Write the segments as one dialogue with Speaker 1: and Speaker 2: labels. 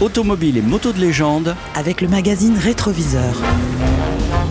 Speaker 1: automobiles et motos de légende,
Speaker 2: avec le magazine Rétroviseur.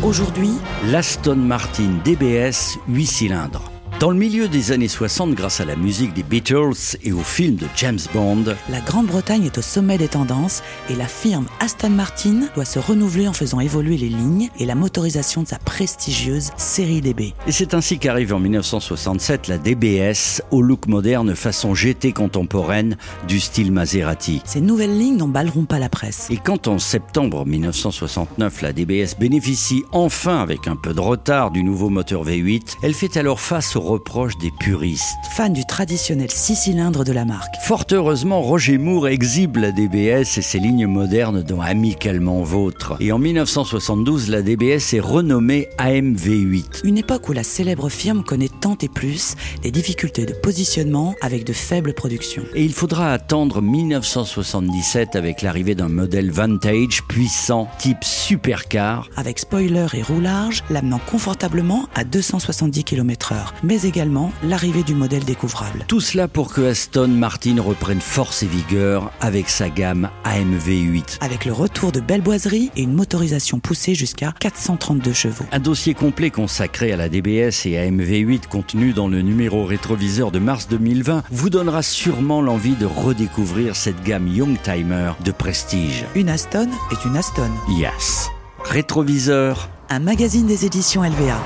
Speaker 2: Aujourd'hui,
Speaker 1: l'Aston Martin DBS 8 cylindres. Dans le milieu des années 60, grâce à la musique des Beatles et au film de James Bond,
Speaker 2: la Grande-Bretagne est au sommet des tendances et la firme Aston Martin doit se renouveler en faisant évoluer les lignes et la motorisation de sa prestigieuse série DB.
Speaker 1: et c'est ainsi qu'arrive en 1967 la DBS au look moderne façon GT contemporaine du style Maserati.
Speaker 2: Ces nouvelles lignes n'emballeront pas la presse.
Speaker 1: Et quand en septembre 1969 la DBS bénéficie enfin avec un peu de retard du nouveau moteur V8, elle fait alors face aux reproches des puristes.
Speaker 2: Fan du traditionnel 6 cylindres de la marque,
Speaker 1: Fort heureusement, Roger Moore exhibe la DBS et ses lignes modernes dans Amicalement Vôtre. Et en 1972, la DBS est renommée AMV8.
Speaker 2: une époque où la célèbre firme connaît tant et plus des difficultés de positionnement avec de faibles productions.
Speaker 1: Et il faudra attendre 1977 avec l'arrivée d'un modèle Vantage puissant, type supercar,
Speaker 2: avec spoiler et roue large, l'amenant confortablement à 270 km/h, mais également l'arrivée du modèle découvrable.
Speaker 1: Tout cela pour que Aston Martin reprenne force et vigueur avec sa gamme AMV8.
Speaker 2: Avec le retour de belles boiseries et une motorisation poussée jusqu'à 432 chevaux.
Speaker 1: Un dossier complet consacré à la DBS et à MV8 contenu dans le numéro rétroviseur de mars 2020 vous donnera sûrement l'envie de redécouvrir cette gamme Youngtimer de prestige.
Speaker 2: Une Aston est une Aston,
Speaker 1: Yes. Rétroviseur,
Speaker 2: un magazine des éditions LVA.